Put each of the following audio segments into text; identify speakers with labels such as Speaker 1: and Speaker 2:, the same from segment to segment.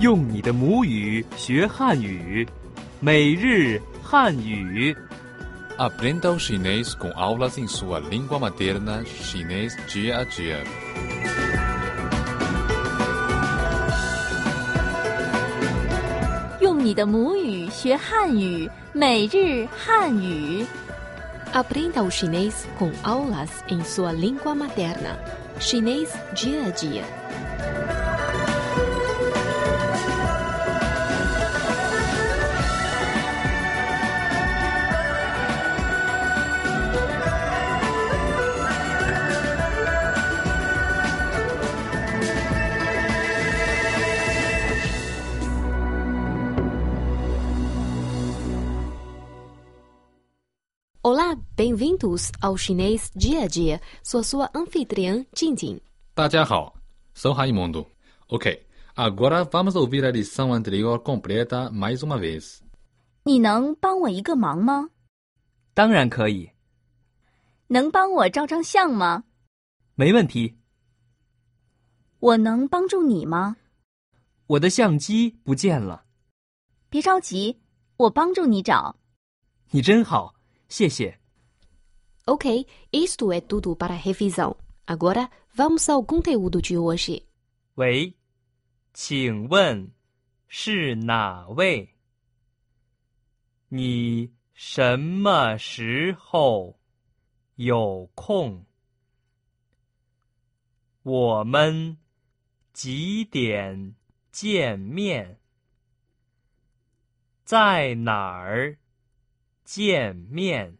Speaker 1: 用你的母语学汉语，每日汉语。
Speaker 2: Aprenda o chinês com aulas em sua língua materna, chinês dia a dia.
Speaker 3: 用你的母语学汉语，每日汉语。
Speaker 4: Aprenda o chinês com aulas em sua língua materna, chinês dia a dia. 欧拉，bem-vindos ao chinês dia a dia，sou sua anfitriã 静静。
Speaker 2: 大家好，sou Raimundo. Ok, agora vamos ouvir a lição anterior completa mais uma vez.
Speaker 3: 你能帮我一个忙吗？
Speaker 1: 当然可以，
Speaker 3: 能帮我照张相吗？
Speaker 1: 没问题。
Speaker 3: 我能帮助你吗？
Speaker 1: 我的相机不见了，
Speaker 3: 别着急，我帮助你找。
Speaker 1: 你真好，谢谢。
Speaker 4: Ok, isto é tudo para a revisão. Agora vamos ao conteúdo de hoje.
Speaker 1: 喂，请问是哪位？你什么时候有空？我们几点见面？在哪儿见面？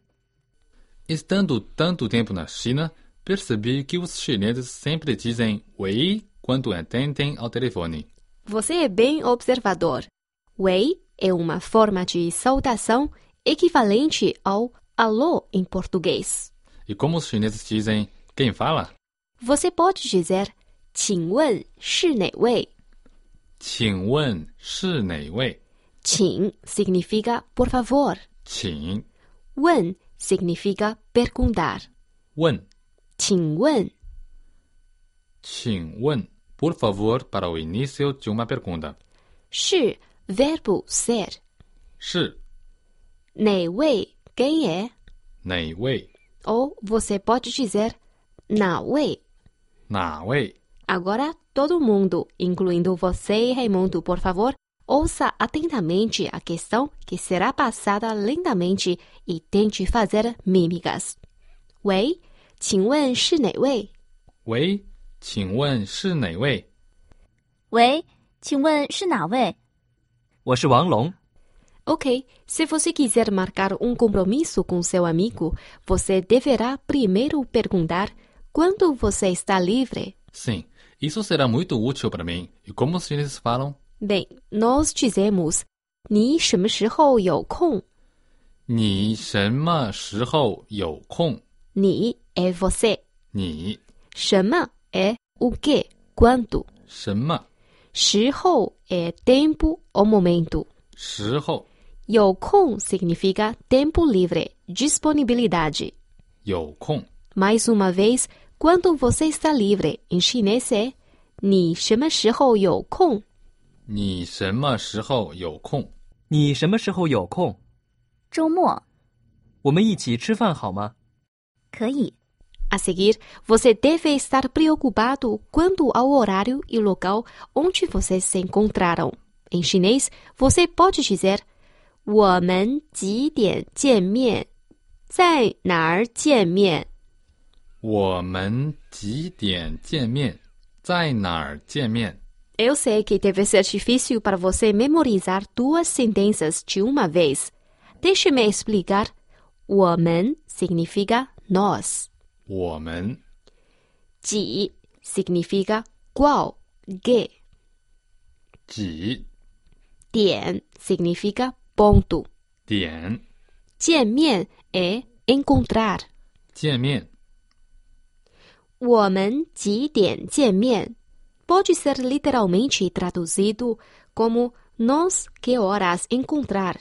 Speaker 2: Estando tanto tempo na China, percebi que os chineses sempre dizem Wei quando atendem ao telefone.
Speaker 4: Você é bem observador. Wei é uma forma de saudação equivalente ao alô em português.
Speaker 2: E como os chineses dizem quem fala?
Speaker 4: Você pode dizer 请问是哪位
Speaker 2: 请问是哪位？
Speaker 4: 请 significa por favor.
Speaker 2: 请
Speaker 4: 问 significa perguntar.
Speaker 2: 问，
Speaker 4: 请问
Speaker 2: 请问，por favor para o início de uma pergunta.
Speaker 4: 是 verbo ser.
Speaker 2: 是
Speaker 4: 哪位 quem é?
Speaker 2: 哪位？
Speaker 4: Ou você pode dizer 哪位
Speaker 2: 哪位？
Speaker 4: Agora, todo mundo, incluindo você e Raimundo, por favor, ouça atentamente a questão que será passada lentamente e tente fazer mímicas. 喂，请问是哪位？
Speaker 2: 喂，请问是哪位？
Speaker 3: 喂，请问是哪位？
Speaker 1: 我是王龙，
Speaker 4: Ok, se você quiser marcar um compromisso com seu amigo, você deverá primeiro perguntar quando você está livre.
Speaker 2: Sim, isso será muito útil para mim. E como os chineses falam,
Speaker 4: Bem, nós dizemos: 你什么时候有空？
Speaker 2: 你什么时候有空？
Speaker 4: 你 é você，
Speaker 2: 你
Speaker 4: 什么 é o que, quando，
Speaker 2: 什么
Speaker 4: 时候 é tempo ou momento。
Speaker 2: 时候
Speaker 4: 有空 significa tempo livre, disponibilidade.
Speaker 2: 有空？
Speaker 4: Mais uma vez, quando você está livre, em chinês é 你什么时候有空？
Speaker 2: 你什么时候有空？
Speaker 1: 你什么时候有空？
Speaker 3: 周末
Speaker 1: 我们一起吃饭好吗？
Speaker 3: 可以。
Speaker 4: A seguir, você deve estar preocupado quanto ao horário e local onde vocês se encontraram. Em chinês, você pode dizer 我们几点见面？在哪儿见面？
Speaker 2: 我们几点见面？在哪儿见面？
Speaker 4: Eu sei que deve ser difícil para você memorizar duas sentenças de uma vez. Deixe-me explicar. 我们 significa nós.
Speaker 2: 我们
Speaker 4: 几 significa qual, que.
Speaker 2: 几
Speaker 4: 点 significa ponto.
Speaker 2: 点
Speaker 4: 见面 é encontrar.
Speaker 2: 见面？
Speaker 4: 我们几点见面 pode ser literalmente traduzido como nós que horas encontrar.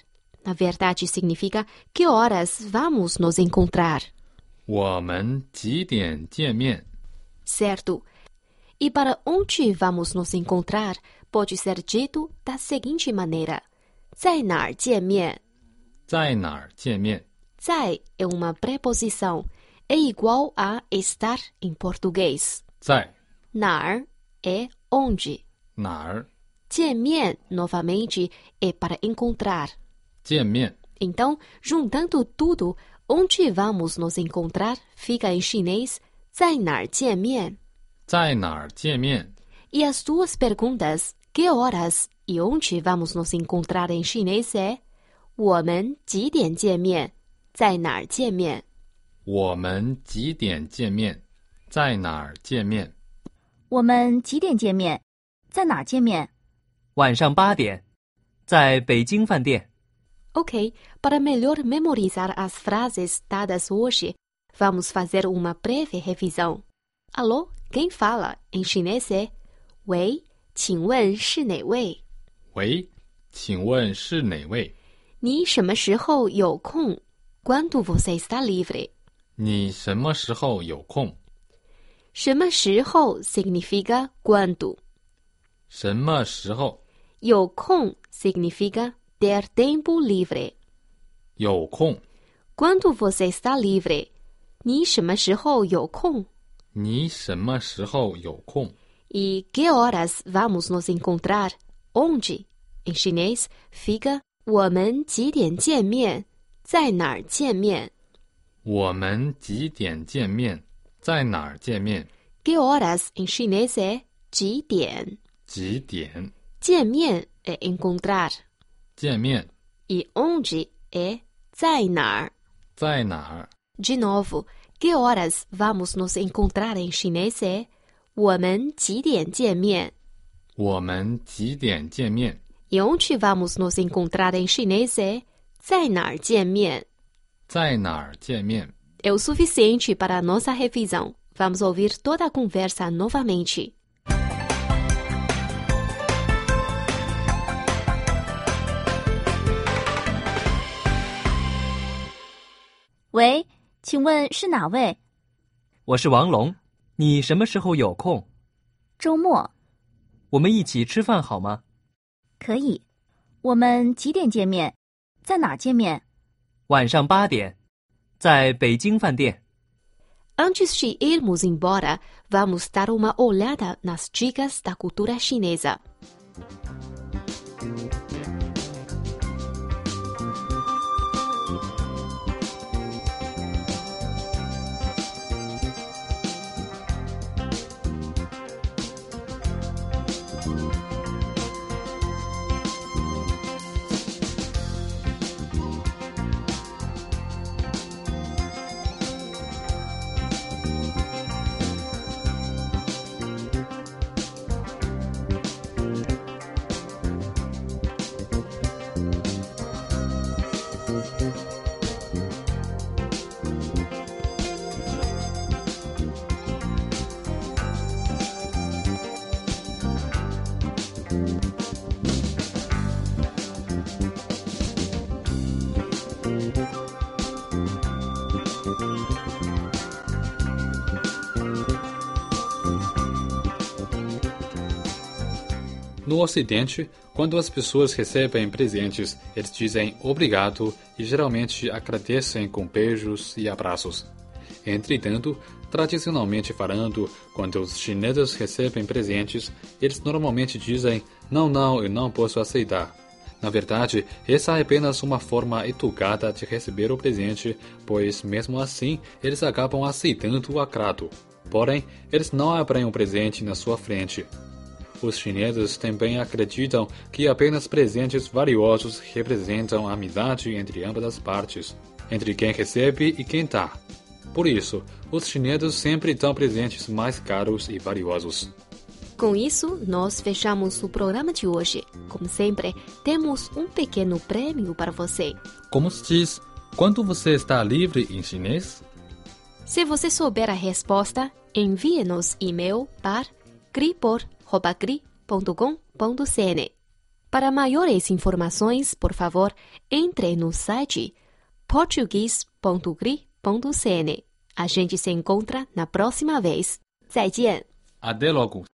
Speaker 4: Na verdade, significa que horas vamos nos encontrar,
Speaker 2: 我们几点见面？
Speaker 4: certo? E para onde vamos nos encontrar pode ser dito da seguinte maneira: 在哪儿见面？
Speaker 2: 在哪儿见面？
Speaker 4: 在é uma preposição, é igual a estar em português.
Speaker 2: 在
Speaker 4: 哪儿 é onde.
Speaker 2: 哪儿
Speaker 4: 见面, novamente, é para encontrar.
Speaker 2: 见面？
Speaker 4: Então, juntando tudo, onde vamos nos encontrar fica em chinês 在哪儿见面
Speaker 2: 在哪儿见面？
Speaker 4: E as duas perguntas, que horas e onde vamos nos encontrar em chinês é 我们几点见面在哪儿见面
Speaker 2: 我们几点见面？在哪儿见面？
Speaker 3: 我们几点见面？在哪儿见面？
Speaker 1: 晚上八点，在北京饭店。
Speaker 4: Ok, para melhor memorizar as frases dadas hoje, vamos fazer uma breve revisão. Alô, quem fala em chinês é 喂，请问是哪位？
Speaker 2: 喂，请问是哪位？
Speaker 4: 你什么时候有空？Quando você está livre？
Speaker 2: 你什么时候有空？
Speaker 4: 什么时候 significa quando？
Speaker 2: 什么时候
Speaker 4: 有空 significa ter tempo livre。
Speaker 2: 有空？
Speaker 4: Quando você está livre？你什么时候有空？
Speaker 2: 你什么时候有空？
Speaker 4: E que horas vamos nos encontrar? Onde? Em chinês, fica 我们几点见面？在哪儿见面
Speaker 2: 我们几点见面？在哪儿见面？
Speaker 4: ？Que horas em chinês é 几点？
Speaker 2: 几点
Speaker 4: 见面 é encontrar
Speaker 2: 见面？
Speaker 4: e onde é 在哪儿。
Speaker 2: 在哪儿？
Speaker 4: De novo, que horas vamos nos encontrar em chinês é 我们几点见面
Speaker 2: 我们几点见面？
Speaker 4: ？E onde vamos nos encontrar em chinês é 在哪儿见面。
Speaker 2: 在哪儿见面？
Speaker 4: é o suficiente para a nossa revisão. Vamos ouvir toda a conversa novamente.
Speaker 3: 喂，请问是哪位？
Speaker 1: 我是王龙，你什么时候有空？
Speaker 3: 周末
Speaker 1: 我们一起吃饭好吗？
Speaker 3: 可以。我们几点见面？在哪儿见面？
Speaker 1: 晚上八点，在北京饭店。
Speaker 4: Antes de irmos embora, vamos dar uma olhada nas dicas da cultura chinesa.
Speaker 2: No Ocidente, quando as pessoas recebem presentes, eles dizem obrigado e geralmente agradecem com beijos e abraços. Entretanto, tradicionalmente falando, quando os chineses recebem presentes, eles normalmente dizem não, não, eu não posso aceitar. Na verdade, essa é apenas uma forma educada de receber o presente, pois mesmo assim eles acabam aceitando o agrado. Porém, eles não abrem o presente na sua frente. Os chineses também acreditam que apenas presentes valiosos representam a amizade entre ambas as partes, entre quem recebe e quem dá. Por isso, os chineses sempre dão presentes mais caros e valiosos.
Speaker 4: Com isso, nós fechamos o programa de hoje. Como sempre, temos um pequeno prêmio para você.
Speaker 2: Como se diz, quando você está livre em chinês?
Speaker 4: Se você souber a resposta, envie-nos e-mail para gripor.com.cn. Para maiores informações, por favor, entre no site português.gri.cn. A gente se encontra na próxima vez. 再见。
Speaker 2: Até logo!